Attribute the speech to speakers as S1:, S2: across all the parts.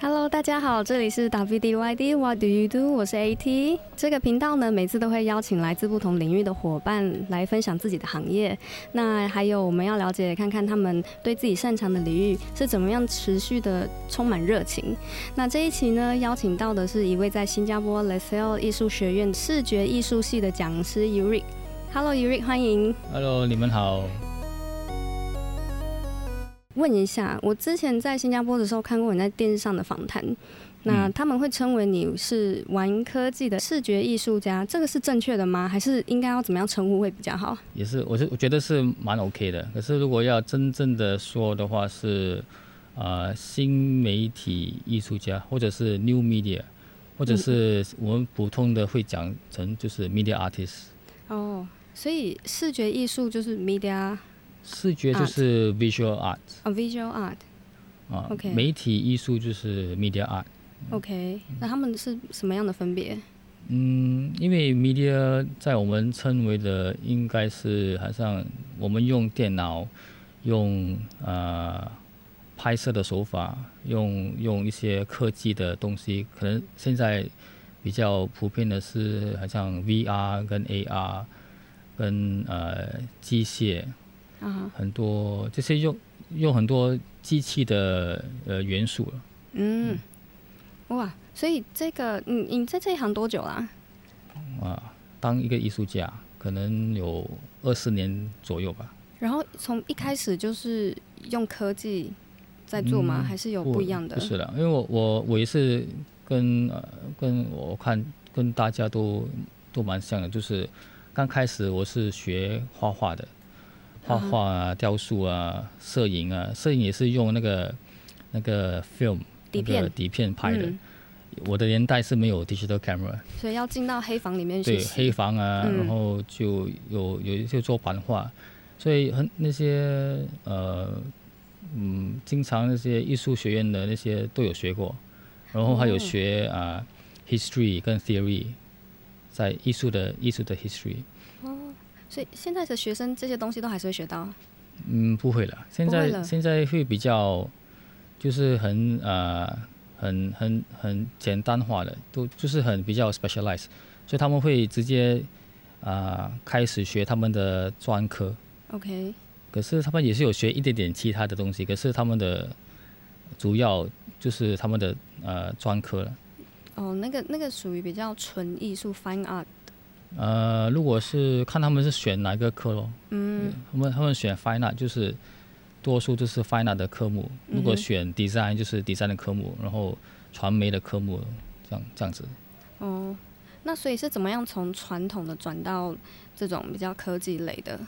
S1: Hello，大家好，这里是 WDYD What Do You Do？我是 AT。这个频道呢，每次都会邀请来自不同领域的伙伴来分享自己的行业。那还有我们要了解看看他们对自己擅长的领域是怎么样持续的充满热情。那这一期呢，邀请到的是一位在新加坡 LaSalle 艺术学院视觉艺术系的讲师 Yurik。Hello，Yurik，欢迎。
S2: Hello，你们好。
S1: 问一下，我之前在新加坡的时候看过你在电视上的访谈，那
S2: 嗯
S1: 他们会称为你是玩科技的视觉艺术家，这个是正确的吗？还是应该要怎么样称呼会比较好？
S2: 也是，我是我觉得是蛮 OK 的。可是如果要真正的说的话是，呃，新媒体艺术家，或者是 New Media，或者是我们普通的会讲成就是 Media Artist。
S1: 哦，所以视觉艺术就是 media
S2: 视觉就是 Visual Art
S1: 啊，visual art。
S2: 啊
S1: OK
S2: 媒体艺术就是 Media Art。
S1: OK，那他们是什么样的分别？
S2: 嗯，因为 media 在我们称为的应该是好像我们用电脑，用呃拍摄的手法，用用一些科技的东西，可能现在比较普遍的是好像 VR 跟 AR 跟呃机械，
S1: 啊，
S2: 很多这些用用很多机器的呃元素了。
S1: 嗯，哇，所以这个你你在这一行多久啦？
S2: 啊，当一个艺术家可能有二十年左右吧。
S1: 然后从一开始就是用科技在做吗？
S2: 嗯
S1: 还是有
S2: 不
S1: 不一样的？
S2: 不是的，因为我我我也是跟呃跟我看跟大家都都蛮像的，就是刚开始我是学画画的，
S1: 嗯
S2: 画画啊、雕塑啊、摄影啊，摄影也是用那个那个 film
S1: 底
S2: 那个
S1: 片
S2: 底片拍的。
S1: 嗯
S2: 我的年代是没有 digital camera，
S1: 所以要进到黑房里面去
S2: 对
S1: 洗。
S2: 黑房啊，
S1: 嗯
S2: 然后就有有一些做版画，所以很那些呃嗯，经常那些艺术学院的那些都有学过，然后还有
S1: 哦
S2: 学啊、history 跟 theory，在艺术的艺术的 history，
S1: 所以现在的学生这些东西都还是会学到。
S2: 嗯，不会了，现
S1: 不会
S2: 在
S1: 了
S2: 现在会比较就是很呃很很很简单化的，都就是很比较 specialize，所以他们会直接啊、呃开始学他们的专科。
S1: OK，
S2: 可是他们也是有学一点点其他的东西，可是他们的主要就是他们的呃专科了。
S1: 哦，那个那个属于比较纯艺术 fine art，
S2: 呃，如果是看他们是选哪个科咯，
S1: 嗯，
S2: 他们他们选 fine art 就是多数就是 fine art 的科目，如
S1: 嗯
S2: 果
S1: 哼
S2: 选 design 就是 design 的科目，然后传媒的科目这样这样子。
S1: 哦，那所以是怎么样从传统的转到这种比较科技类的？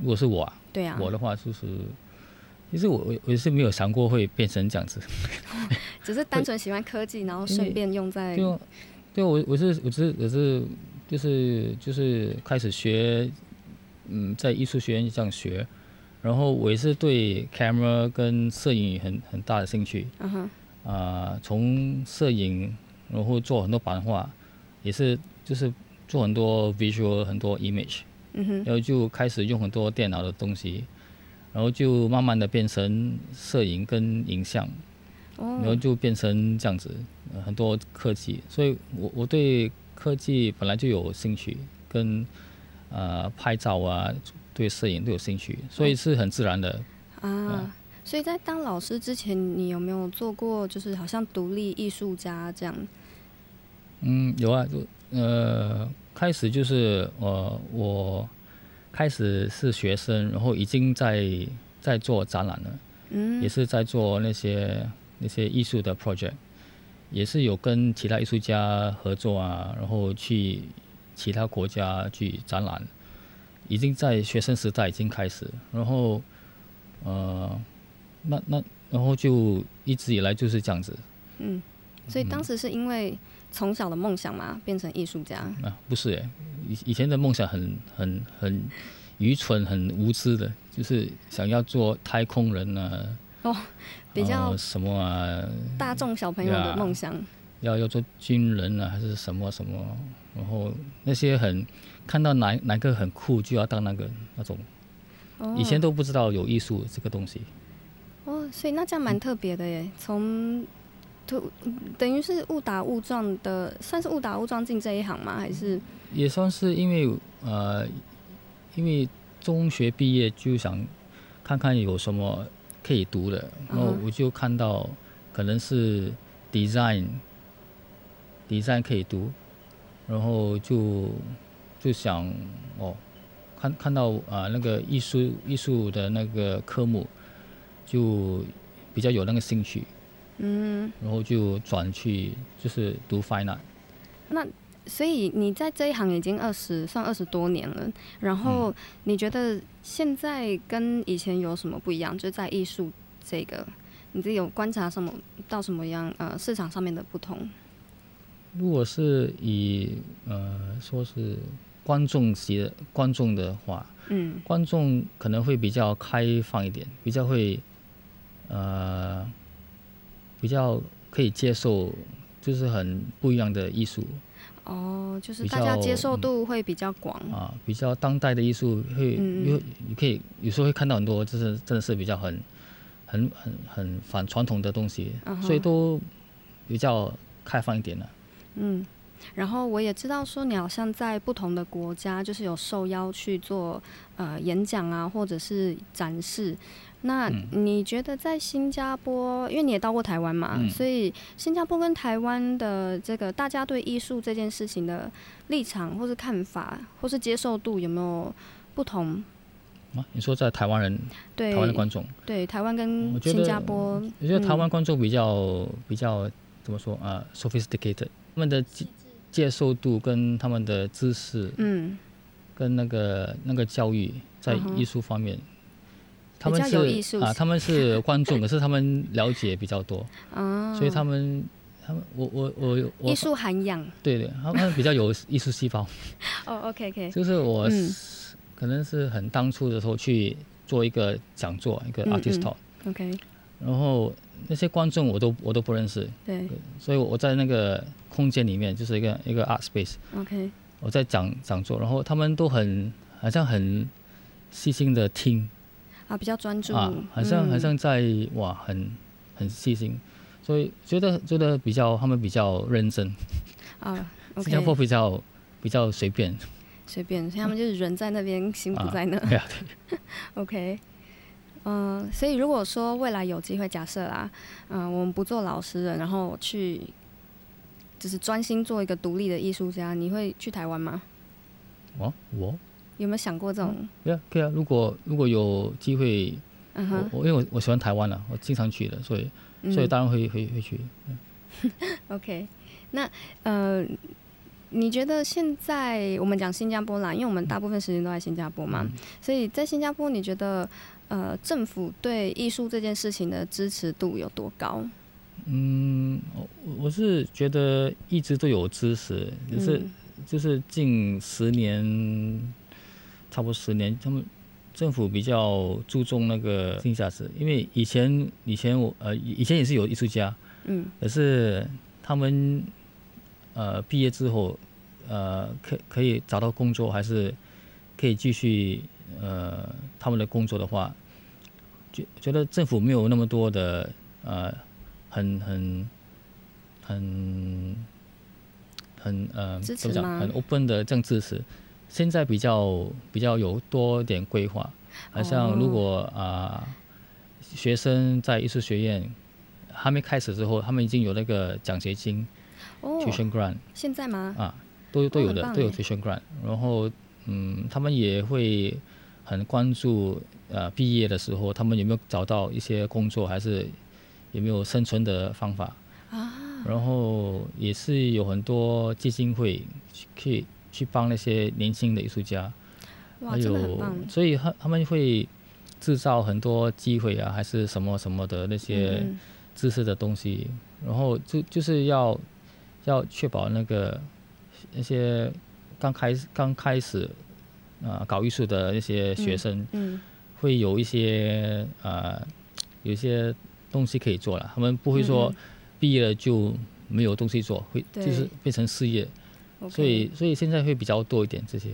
S2: 如果是我、啊，
S1: 对啊，
S2: 我的话就是，其实我我我是没有想过会变成这样子。
S1: 只是单纯喜欢科技，然后顺便用在
S2: 就对我我是我是我是就是就是开始学，嗯，在艺术学院这样学，然后我也是对 camera 跟摄影很很大的兴趣
S1: 嗯哼，
S2: 啊、从摄影然后做很多版画，也是就是做很多 visual 很多 image，
S1: 嗯哼，
S2: 然后就开始用很多电脑的东西。然后就慢慢的变成摄影跟影像，然后
S1: 哦，
S2: 就变成这样子，呃很多科技，所以我我对科技本来就有兴趣，跟呃拍照啊，对摄影都有兴趣，所以是很自然的。哎
S1: 啊。所以在当老师之前，你有没有做过就是好像独立艺术家这样？
S2: 嗯，有啊，就呃开始就是呃我开始是学生，然后已经在在做展览了。也
S1: 嗯，
S2: 是在做那些那些艺术的 project，也是有跟其他艺术家合作啊，然后去其他国家去展览，已经在学生时代已经开始，然后呃，那那然后就一直以来就是这样子
S1: 所以
S2: 嗯
S1: 当时是因为从小的梦想嘛，变成艺术家。
S2: 啊，不是诶，以以前的梦想很很很愚蠢、很无知的，就是想要做太空人啊，
S1: 哦，比较
S2: 呃什么啊，
S1: 大众小朋友的梦想。
S2: 要要做军人啊，还是什么什么，然后那些很看到哪哪个很酷就要当那个那种，
S1: 哦
S2: 以前都不知道有艺术这个东西。嗯
S1: 哦，所以那这样蛮特别的耶，从突等于是误打误撞的，算是误打误撞进这一行吗？还
S2: 嗯
S1: 是
S2: 也算是因为呃，因为中学毕业就想看看有什么可以读的，然后
S1: 嗯
S2: 我就看到可能是 design design 可以读，然后就就想哦，看看到啊、那个艺术艺术的那个科目就比较有那个兴趣，
S1: 嗯？
S2: 然后就转去就是读 fine art。
S1: 那所以你在这一行已经二十，算二十多年了。然后
S2: 嗯
S1: 你觉得现在跟以前有什么不一样？就在艺术这个，你自己有观察什么到什么样呃市场上面的不同？
S2: 如果是以呃说是观众席的观众的话，
S1: 嗯
S2: 观众可能会比较开放一点，比较会呃比较可以接受，就是很不一样的艺术
S1: 哦，就是
S2: 比
S1: 大家
S2: 较嗯
S1: 接受度会比较广。
S2: 啊，比较当代的艺术会
S1: 嗯嗯嗯
S2: 又你可以有时候会看到很多，就是真的是比较很很很很反传统的东西，
S1: 嗯哼
S2: 所以都比较开放一点了。
S1: 嗯，然后我也知道说你好像在不同的国家，就是有受邀去做呃演讲啊，或者是展示。那你觉得在新加坡，因为你也到过台湾嘛，
S2: 嗯
S1: 所以新加坡跟台湾的这个大家对艺术这件事情的立场，或是看法，或是接受度有没有不同？
S2: 啊，你说在台湾人
S1: 对
S2: 台湾的观众。
S1: 对，台湾跟
S2: 我觉
S1: 新
S2: 得
S1: 加坡，
S2: 我觉得台
S1: 嗯
S2: 湾观众比较、比较怎么说啊，sophisticated，他们的接接受度跟他们的知识
S1: 嗯，
S2: 跟那个那个教育在
S1: 嗯哼
S2: 艺术方面，他们
S1: 比较有艺
S2: 是
S1: 术
S2: 啊，
S1: 性
S2: 他们是观 众，可是他们了解比较多，
S1: 啊，
S2: 所以他们他们我我我我
S1: 艺术涵养。
S2: 对对，他们比较有艺术细 胞，
S1: 哦，OK，OK，
S2: 就是我、
S1: 嗯
S2: 可能是很当初的时候去做一个讲座，一个
S1: 嗯
S2: artist
S1: 嗯
S2: talk，、
S1: OK，
S2: 然后那些观众我都我都不认识。
S1: 对
S2: 所以我在那个空间里面，就是一个一个 art space，
S1: ，OK，
S2: 我在讲讲座，然后他们都很好像很细心的听
S1: 啊，比较专注，
S2: 啊，好像
S1: 嗯
S2: 好像在哇，很很细心，所以觉得觉得比较他们比较认真，
S1: 啊
S2: 新加坡
S1: ，OK，
S2: 比较比较随便，
S1: 随便，所以他们就是人在那边，心不
S2: 啊
S1: 在那。
S2: 对啊，
S1: OK，嗯、所以如果说未来有机会，假设啦，嗯、我们不做老师了，然后去就是专心做一个独立的艺术家，你会去台湾吗？
S2: 我哦我
S1: 有没有想过这种？
S2: 对啊对啊，如果如果有机会，
S1: 嗯
S2: 我
S1: 哼，
S2: 我因为我我喜欢台湾了、我经常去的，所以
S1: 嗯
S2: 所以当然会会会去。
S1: OK，那呃，你觉得现在我们讲新加坡啦，因为我们大部分时间都在新加坡嘛，
S2: 嗯
S1: 所以在新加坡，你觉得呃，政府对艺术这件事情的支持度有多高？
S2: 嗯，我我是觉得一直都有支持，只是、
S1: 嗯
S2: 就是近十年，差不多十年，他们政府比较注重那个性价值，因为以前以前我呃以以前也是有艺术家，
S1: 嗯
S2: 可是他们呃毕业之后，呃可可以找到工作，还是可以继续呃他们的工作的话，觉觉得政府没有那么多的呃很很很很呃
S1: 支持
S2: 怎么
S1: 吗
S2: 讲很 open 的这样支持。现在比较比较有多点规划，好像如果
S1: 哦
S2: 啊、呃学生在艺术学院还没开始之后，他们已经有那个奖学金
S1: 哦，
S2: tuition grant
S1: 现在吗？
S2: 啊，都都有
S1: 很
S2: 的，
S1: 棒
S2: 都有
S1: 哎
S2: tuition grant。然后嗯，他们也会很关注呃毕业的时候，他们有没有找到一些工作，还是有没有生存的方法。
S1: 啊，
S2: 然后也是有很多基金会去可以去帮那些年轻的艺术家，
S1: 哇，
S2: 还
S1: 真的很
S2: 有
S1: 棒，。嗯
S2: 所以他他们会制造很多机会啊，还是什么什么的那些
S1: 嗯
S2: 知识的东西，然后就就是要要确保那个那些刚开始刚开始啊、呃搞艺术的那些学生
S1: 嗯
S2: 会有一些呃有一些东西可以做了，他们不会说
S1: 嗯嗯
S2: 毕业了就没有东西做，会
S1: 对
S2: 就是变成事业，
S1: 嗯，
S2: 所以所以现在会比较多一点这些。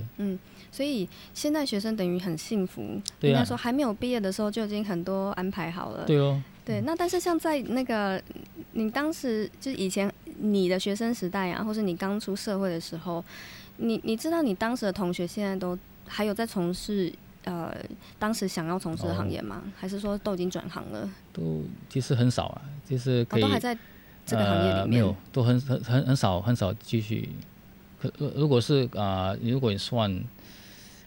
S1: 所以现在学生等于很幸福，
S2: 对啊
S1: 应该呃说还没有毕业的时候就已经很多安排好了。
S2: 对哦，
S1: 对那但是像在那个你当时就是以前你的学生时代啊，或是你刚出社会的时候，你你知道你当时的同学现在都还有在从事呃当时想要从事的行业吗？
S2: 哦
S1: 还是说都已经转行了？
S2: 都其实很少啊，就是
S1: 我、
S2: 可以、
S1: 哦都还在这个行业里面。
S2: 呃、没有，都很很很很少很少继续。可呃如果是啊、呃如果你算，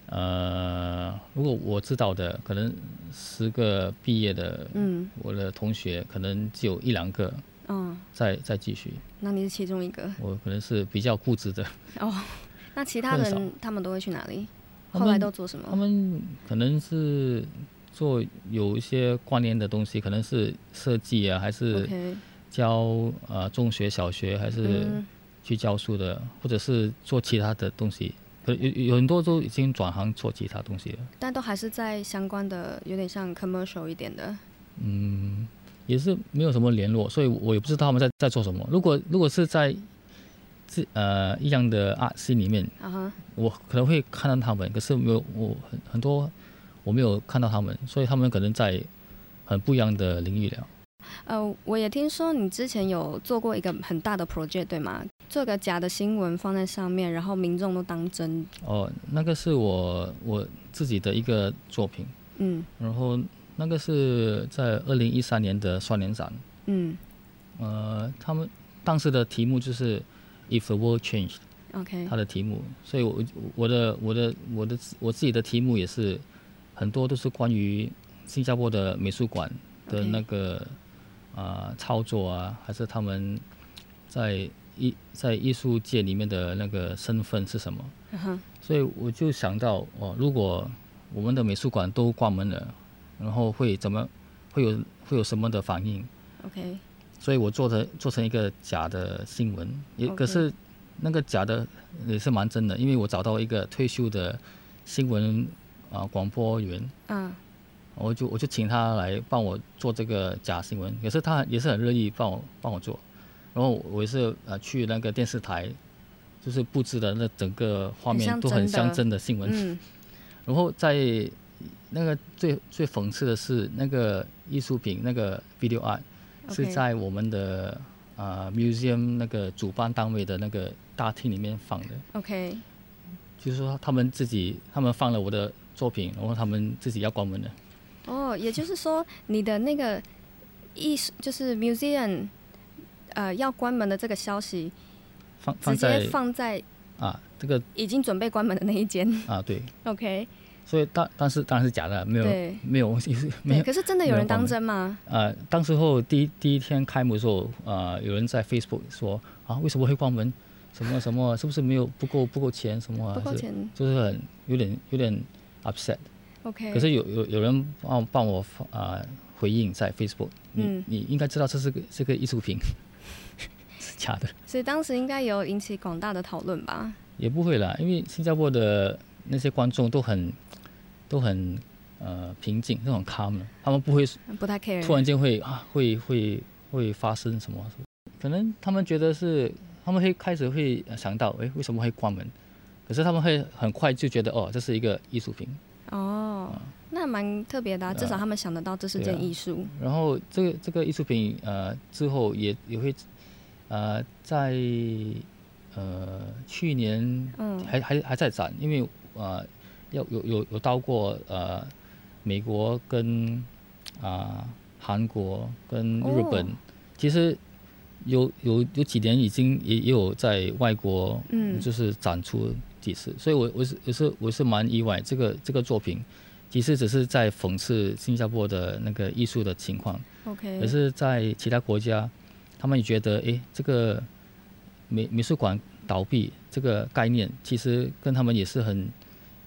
S2: 呃，如果我知道的，可能十个毕业的，
S1: 嗯
S2: 我的同学可能只有一两个
S1: 嗯，
S2: 再再继续。
S1: 那你是其中一个
S2: 我可能是比较固执的，
S1: 哦。那其他
S2: 更
S1: 人他们都会去哪里？
S2: 他
S1: 后来
S2: 们
S1: 都做什
S2: 他
S1: 么？
S2: 们可能是做有一些关联的东西，可能是设计啊，还是
S1: OK，
S2: 教呃中学、小学，还是
S1: 嗯
S2: 去教书的，或者是做其他的东西。可有有有很多都已经转行做其他东西了，
S1: 但都还是在相关的，有点像 commercial 一点的。
S2: 也是没有什么联络，所以我也不知道他们在在做什么。如果如果是在这呃一样的 art scene 里面，
S1: 啊哈，
S2: 我可能会看到他们，可是没有我很很多我没有看到他们，所以他们可能在很不一样的领域了。
S1: 呃，我也听说你之前有做过一个很大的 project，对吗？做个假的新闻放在上面，然后民众都当真。
S2: 哦，那个是我我自己的一个作品，
S1: 嗯
S2: 然后那个是在二零一三年的双年展，
S1: 嗯
S2: 呃，他们当时的题目就是 "If the world changed"，
S1: ，OK，
S2: 它的题目，所以我我的我的我的我自己的题目也是很多都是关于新加坡的美术馆的
S1: OK
S2: 那个啊、呃操作啊，还是他们在艺在艺术界里面的那个身份是什么。
S1: 嗯哼，
S2: 所以我就想到哦，如果我们的美术馆都关门了，然后会怎么会有会有什么的反应？
S1: OK，
S2: 所以我做成做成一个假的新闻，也
S1: OK
S2: 可是那个假的也是蛮真的，因为我找到一个退休的新闻啊、广播员，
S1: 嗯
S2: 我就我就请他来帮我做这个假新闻，可是他也是很乐意帮我帮我做，然后我也是呃去那个电视台，就是布置的那整个画
S1: 很
S2: 面
S1: 像
S2: 都很
S1: 真的
S2: 像真的新闻，
S1: 嗯
S2: 然后在那个最最讽刺的是，那个艺术品那个 video art 是
S1: OK
S2: 在我们的啊 museum 那个主办单位的那个大厅里面放的，
S1: ，OK，
S2: 就是说他们自己他们放了我的作品，然后他们自己要关门了。
S1: 哦，也就是说你的那个艺术就是 museum，呃，要关门的这个消息，
S2: 放
S1: 直
S2: 放在
S1: 接放在
S2: 啊，这个
S1: 已经准备关门的那一间。
S2: 啊对，
S1: OK，
S2: 所以当当时当然是假的，没有
S1: 对
S2: 没有 没
S1: 对，
S2: 有
S1: 可是真的有人当真吗？
S2: 呃，当时候第一第一天开幕的时候，呃，有人在 Facebook 说啊，为什么会关门？什么什么，是不是没有不够不够钱什么啊？
S1: 不够
S2: 是
S1: 钱
S2: 就是很有点有点 upset。
S1: ，OK，
S2: 可是有有有人帮帮我发啊、回应在 Facebook，你、
S1: 嗯
S2: 你应该知道这是个这个艺 术品，是假的，
S1: 所以当时应该有引起广大的讨论吧？
S2: 也不会啦，因为新加坡的那些观众都很都很呃平静，那种 calm 的，他们不会
S1: 不太 care。
S2: 突然间会啊，会会会发生什么？可能他们觉得是，他们会开始会想到，诶，为什么会关门？可是他们会很快就觉得，哦，这是一个艺术品。
S1: 哦，那蛮特别的、啊，
S2: 啊对啊
S1: 至少他们想得到这是
S2: 对啊
S1: 件艺术。
S2: 然后这个这个艺术品，呃，之后也也会，呃，在呃去年
S1: 嗯
S2: 还还还在展，因为呃，要有有有到过呃美国跟啊、韩国跟日本，
S1: 哦
S2: 其实有有有几年已经也也有在外国，
S1: 嗯
S2: 就是展出几次，所以我我是我是我是蛮意外，这个这个作品其实只是在讽刺新加坡的那个艺术的情况，
S1: ，OK。
S2: 可是，在其他国家，他们也觉得，诶，这个美美术馆倒闭这个概念，其实跟他们也是很，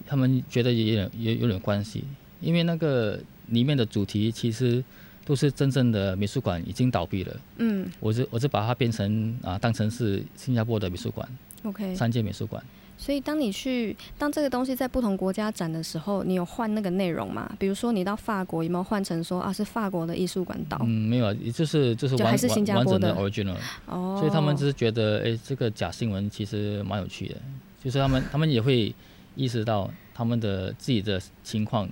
S2: 他们觉得也有也有点关系，因为那个里面的主题其实都是真正的美术馆已经倒闭了，
S1: 嗯
S2: 我是我是把它变成啊、当成是新加坡的美术馆，
S1: ，OK。
S2: 三间美术馆。
S1: 所以当你去当这个东西在不同国家展的时候，你有换那个内容吗？比如说你到法国有没有换成说啊是法国的艺术馆岛？
S2: 嗯，没有啊，也就是就是
S1: 就
S2: 完
S1: 还是新
S2: 完
S1: 加
S2: 完
S1: 坡
S2: 整的
S1: 的
S2: original，
S1: 哦，
S2: 所以他们只是觉得，哎，这个假新闻其实蛮有趣的，就是他们他们也会意识到他们的自己的情况，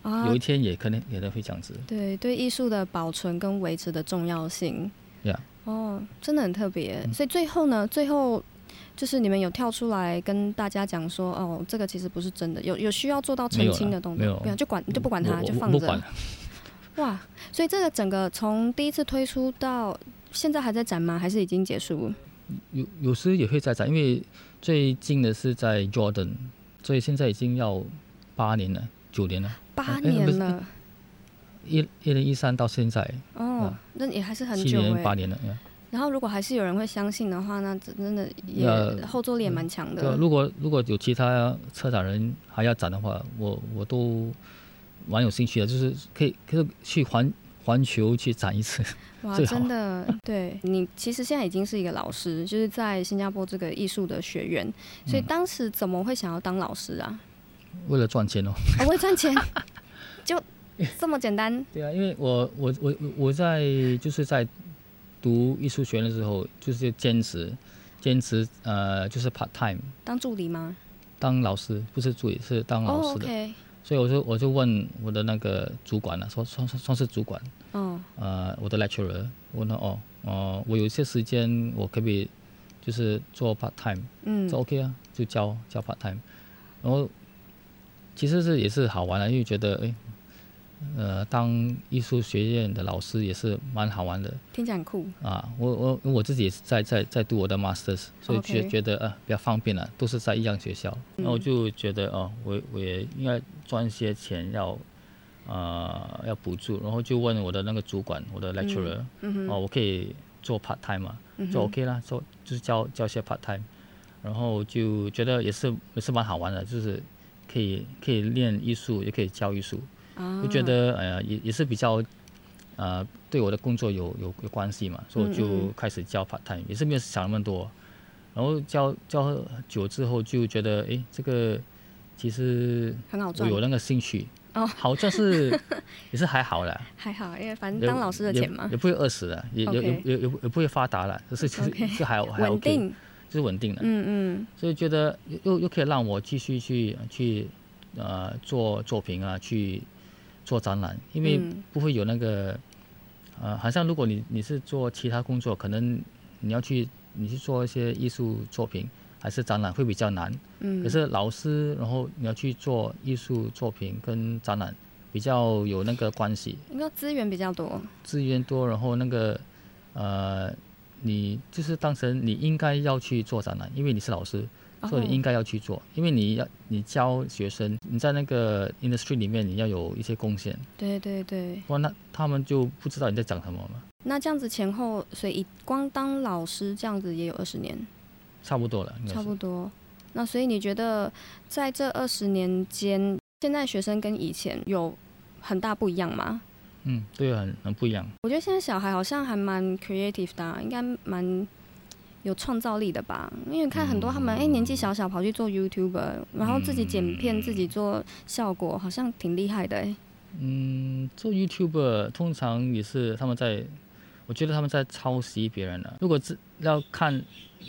S1: 啊
S2: 有一天也可能也能会这样子。
S1: 对对艺术的保存跟维持的重要性。
S2: Yeah 嗯
S1: 哦，真的很特别。所以最后呢，最后就是你们有跳出来跟大家讲说，哦，这个其实不是真的，有有需要做到澄清的动作，
S2: 没有啦没有嗯
S1: 不要就管就不管它，
S2: 我
S1: 就
S2: 我
S1: 放
S2: 不
S1: 着
S2: 管。，
S1: 哇，所以这个整个从第一次推出到现在还在展吗？还是已经结束？
S2: 有有时也会在展，因为最近的是在 Jordan，所以现在已经要八年了，九年了，
S1: 八
S2: 哎不是
S1: 年了，
S2: 一一零一三到现在
S1: 哦
S2: 啊，
S1: 那也还是很
S2: 七
S1: 久
S2: 年
S1: 哎、
S2: 八年了。呀
S1: 然后如果还是有人会相信的话，那真的也、
S2: 呃
S1: 后坐力也蛮强
S2: 对啊，
S1: 的。
S2: 如果如果有其他策展人还要展的话，我我都蛮有兴趣的，就是可以可以去环环球去展一次。
S1: 哇，
S2: 最好
S1: 真的，对你其实现在已经是一个老师，就是在新加坡这个艺术的学院，所以
S2: 嗯
S1: 当时怎么会想要当老师啊？
S2: 为了赚钱哦。
S1: 我会赚钱，就这么简单。
S2: 对啊，因为我我我我我在就是在读艺术学院的时候，就是兼职，兼职呃就是 part time
S1: 当助理吗？
S2: 当老师，不是助理是当老
S1: 哦
S2: 师的。
S1: ，OK，
S2: 所以我就我就问我的那个主管了、啊，说算算算是主管，
S1: 哦，
S2: 呃，我的 lecturer 问他哦哦、呃我有一些时间我可不可以就是做 part time，
S1: 嗯
S2: 这 OK 啊，就教教 part time，然后其实是也是好玩的、因为觉得哎，呃，当艺术学院的老师也是蛮好玩的
S1: 听起来很酷。
S2: 啊。我我我自己也是在在在读我的 masters，所以觉
S1: OK 嗯
S2: 觉得啊比较方便了、都是在一样学校，那我就觉得哦、我我也应该赚一些钱要。呃，要补助，然后就问我的那个主管，我的 lecturer，、
S1: 嗯哼，
S2: 哦，我可以做 part time 嘛，
S1: 嗯
S2: 就
S1: 哼
S2: OK 啦，做就是教教一些 part time，然后就觉得也是也是蛮好玩的，就是可以可以练艺术，也可以教艺术，
S1: 啊
S2: 就觉得呃也也是比较呃对我的工作有有有关系嘛，所以我
S1: 嗯
S2: 就
S1: 嗯
S2: 开始教 part time，也是没有想那么多，然后教教久之后就觉得诶，这个其实
S1: 很好
S2: 我
S1: 赚
S2: 有，那个兴趣。
S1: 哦
S2: 好像是 也是还好啦，
S1: 还好，因为反
S2: 也
S1: 正当老师的钱嘛
S2: 也，也不会饿死的，也也也
S1: OK
S2: 也也不也不会发达了，就是就是
S1: OK
S2: 就还还
S1: 稳
S2: OK，
S1: 定，
S2: 就是稳定的，
S1: 嗯嗯，
S2: 所以觉得又又又可以让我继续去去呃做作品啊，去做展览，因为
S1: 嗯
S2: 不会有那个呃，好像如果你你是做其他工作，可能你要去你去做一些艺术作品还是展览会比较难，
S1: 嗯
S2: 可是老师，然后你要去做艺术作品跟展览比较有那个关系。
S1: 应该资源比较多，
S2: 资源多，然后那个呃，你就是当成你应该要去做展览，因为你是老师，
S1: 哦
S2: 所以你应该要去做，因为你要你教学生，你在那个 industry 里面你要有一些贡献，
S1: 对对对。
S2: 不然那他们就不知道你在讲什么嘛，
S1: 那这样子前后，所以光当老师这样子也有二十年，
S2: 差不多了，应该
S1: 差
S2: 是
S1: 不多。那所以你觉得在这二十年间，现在学生跟以前有很大不一样吗？
S2: 嗯，对，很很不一样，
S1: 我觉得现在小孩好像还蛮 creative 的啊、应该蛮有创造力的吧。因为你看很多他们哎、诶年
S2: 嗯
S1: 纪小小跑去做 YouTuber，然后自己剪片、自己做效果，好像挺厉害的哎、
S2: 嗯，做 YouTube 通常也是他们在，我觉得他们在抄袭别人啊了。如果是要看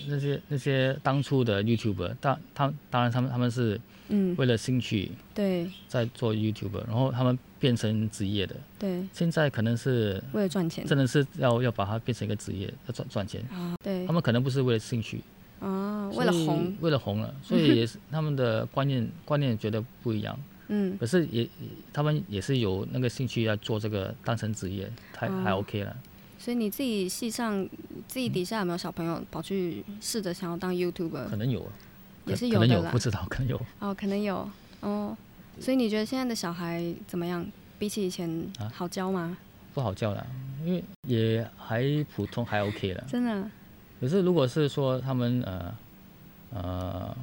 S2: 那些那些当初的 YouTube，当他当然他们他们是
S1: 嗯，
S2: 为了兴趣
S1: 对
S2: 在做 YouTube，然后他们变成职业的。
S1: 对，
S2: 现在可能是
S1: 为了赚钱
S2: 真的是要要把它变成一个职业，要赚赚钱。
S1: 啊，对
S2: 他们可能不是为了兴趣，
S1: 啊，为了
S2: 所以
S1: 红，，
S2: 为 了红了，所以也是他们的观念观念觉得不一样。
S1: 嗯。
S2: 可是也也他们也是有那个兴趣要做这个当成职业，还、还
S1: 哦
S2: OK 了。
S1: 所以你自己系上，自己底下有没有小朋友跑去试着想要当 YouTuber？
S2: 可能有啊，
S1: 也是
S2: 可
S1: 有
S2: 可能
S1: 的
S2: 有，
S1: 啦
S2: 不。知道，可能有
S1: 哦，可能有哦。所以你觉得现在的小孩怎么样？比起以前
S2: 啊
S1: 好教吗？
S2: 不好叫啦，因为也还普通，还 OK 了。
S1: 真的，
S2: 可是如果是说他们呃呃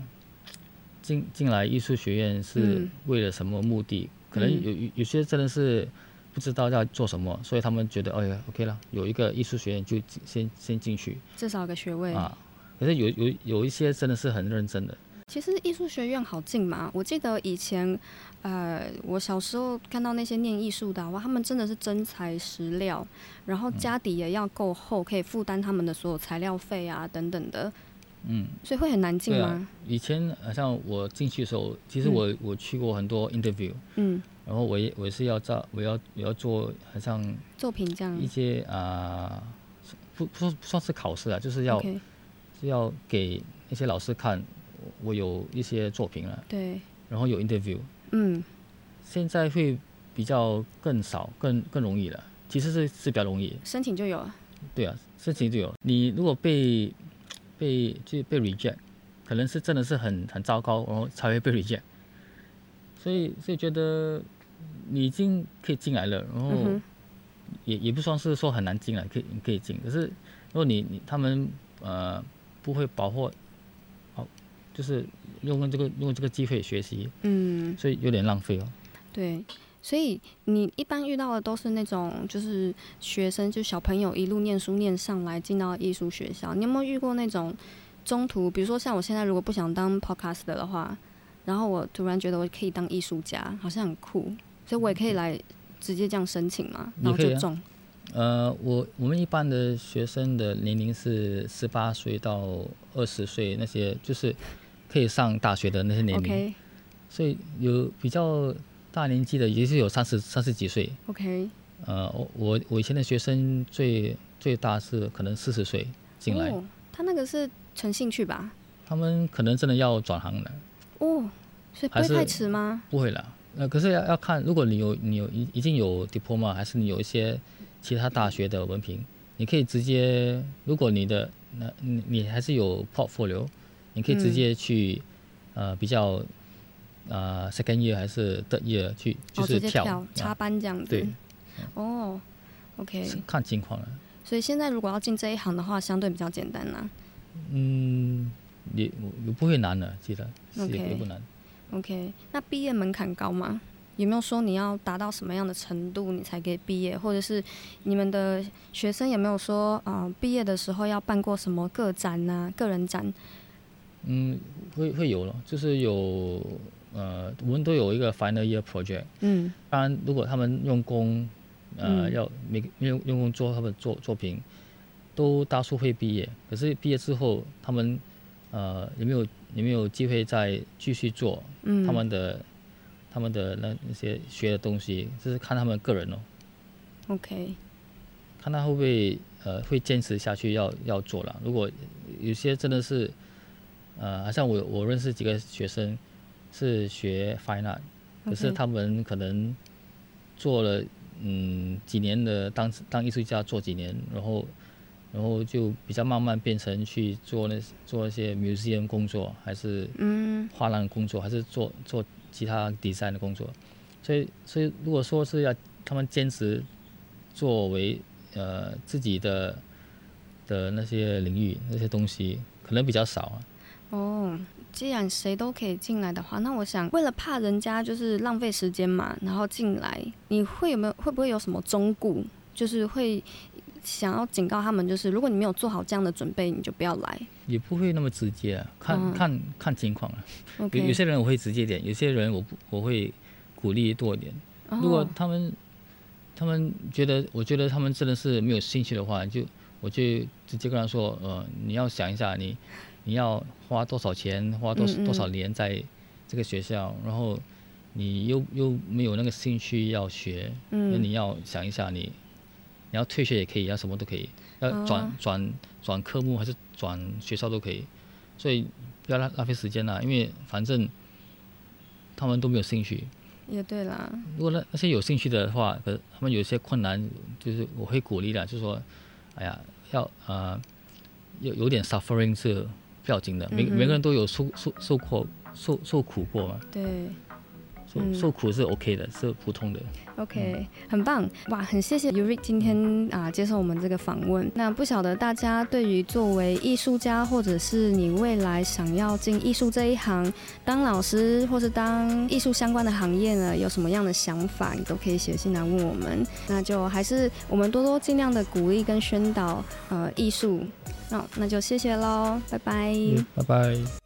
S2: 进进来艺术学院是
S1: 嗯
S2: 为了什么目的？可能
S1: 嗯
S2: 有有有些真的是不知道要做什么，所以他们觉得哎呀 OK 了，有一个艺术学院就进先先进去
S1: 至少有个学位。
S2: 啊。可是有有有一些真的是很认真的，
S1: 其实艺术学院好进嘛，我记得以前，呃，我小时候看到那些念艺术的啊、哇，他们真的是真材实料，然
S2: 嗯
S1: 后家底也要够厚，可以负担他们的所有材料费啊等等的，
S2: 嗯。
S1: 所以会很难进
S2: 对啊
S1: 吗？
S2: 以前好像我进去的时候，其实我、我去过很多 interview，
S1: 嗯，
S2: 然后我也我也是要照我要我要做好像
S1: 嗯作品这样
S2: 一，些啊、不不不算是考试啊，就是要
S1: OK，
S2: 是要给那些老师看我我有一些作品了，
S1: 对，
S2: 然后有 interview，
S1: 嗯，
S2: 现在会比较更少更更容易了，其实是是比较容易，
S1: 申请就有了。
S2: 对啊，事情就有。你如果被被就被 reject，可能是真的是很很糟糕，然后才会被 reject。所以所以觉得你已经可以进来了，然后
S1: 嗯哼，
S2: 也也不算是说很难进来，可以你可以进。可是如果你你他们呃不会把握好，就是用这个用这个机会学习，
S1: 嗯，
S2: 所以有点浪费哦。
S1: 对。所以你一般遇到的都是那种就是学生，就小朋友一路念书念上来进到艺术学校。你有没有遇过那种中途，比如说像我现在如果不想当 podcast 的话，然后我突然觉得我可以当艺术家，好像很酷，所以我也可以来直接这样申请嘛，然后
S2: 嗯你可以
S1: 就
S2: 啊
S1: 中。
S2: 呃，我我们一般的学生的年龄是十八岁到二十岁，那些就是可以上大学的那些年龄
S1: OK
S2: 所以有比较大年纪的，也是有三十三十几岁。
S1: OK，
S2: 呃，我我我以前的学生最最大是可能四十岁进来，
S1: 哦，他那个是纯兴趣吧？
S2: 他们可能真的要转行了，
S1: 哦，所以不
S2: 还
S1: 会
S2: 是
S1: 太迟吗？
S2: 不会了。呃，可是要要看，如果你有你有已已经有 diploma，还是你有一些其他大学的文凭，你可以直接，如果你的那你你还是有 portfolio，你可以直
S1: 嗯
S2: 接去、呃比较呃 second year 还是 third year 去就
S1: 哦，直
S2: 是
S1: 接
S2: 跳，
S1: 跳插
S2: 啊、
S1: 班这样子。
S2: 对，
S1: 哦，OK，
S2: 是看情况了。
S1: 所以现在如果要进这一行的话，相对比较简单啦。
S2: 嗯，也也不会难的，记得是也
S1: OK
S2: 也不难。
S1: OK，那毕业门槛高吗？有没有说你要达到什么样的程度你才可以毕业，或者是你们的学生有没有说啊、呃毕业的时候要办过什么个展呐、个人展？
S2: 嗯，会会有咯，就是有呃，我们都有一个 final year project。
S1: 嗯
S2: 当然，如果他们用功，呃，
S1: 嗯
S2: 要每个用用功做他们作作品，都大数会毕业。可是毕业之后，他们呃有没有有没有机会再继续做
S1: 嗯，
S2: 他们的、他们的那那些学的东西？就是看他们个人哦，
S1: OK，
S2: 看他会不会呃会坚持下去要要做了。如果有些真的是，呃，好像我我认识几个学生是学 fine art，可是
S1: OK
S2: 他们可能做了嗯几年的当当艺术家做几年，然后然后就比较慢慢变成去做那做一些 museum 工作，还是
S1: 嗯
S2: 画廊工作，还是做做其他 design 的工作。所以所以如果说是要他们坚持作为呃自己的的那些领域那些东西，可能比较少啊。
S1: 哦，既然谁都可以进来的话，那我想为了怕人家就是浪费时间嘛，然后进来，你会有没有会不会有什么忠顾，就是会想要警告他们，就是如果你没有做好这样的准备，你就不要来。
S2: 也不会那么直接啊，看、
S1: 嗯
S2: 看看情况啊。有
S1: OK，
S2: 有些人我会直接一点，有些人我不我会鼓励多一点。
S1: 哦
S2: 如果他们他们觉得，我觉得他们真的是没有兴趣的话，就我就直接跟他说，呃，你要想一下你你要花多少钱，花多
S1: 嗯嗯
S2: 多少年在这个学校，然后你又又没有那个兴趣要学，那
S1: 嗯
S2: 你要想一下你你要退学也可以，要什么都可以，要转、
S1: 哦
S2: 转转科目还是转学校都可以，所以不要浪浪费时间啦，因为反正他们都没有兴趣。
S1: 也对啦，
S2: 如果那那些有兴趣的话，可他们有些困难，就是我会鼓励的，就是说，哎呀，要呃，有有点 suffering 是不要紧的，每、
S1: 嗯哼
S2: 每个人都有受受受过受受苦过嘛，
S1: 对。
S2: 受、
S1: 嗯
S2: 受苦是 OK 的，是普通的。
S1: OK，很棒哇！很谢谢 Yuri 今天啊、接受我们这个访问。那不晓得大家对于作为艺术家，或者是你未来想要进艺术这一行，当老师或是当艺术相关的行业呢，有什么样的想法，你都可以写信来问我们。那就还是我们多多尽量的鼓励跟宣导呃艺术。那那就谢谢喽，拜拜。
S2: 拜拜。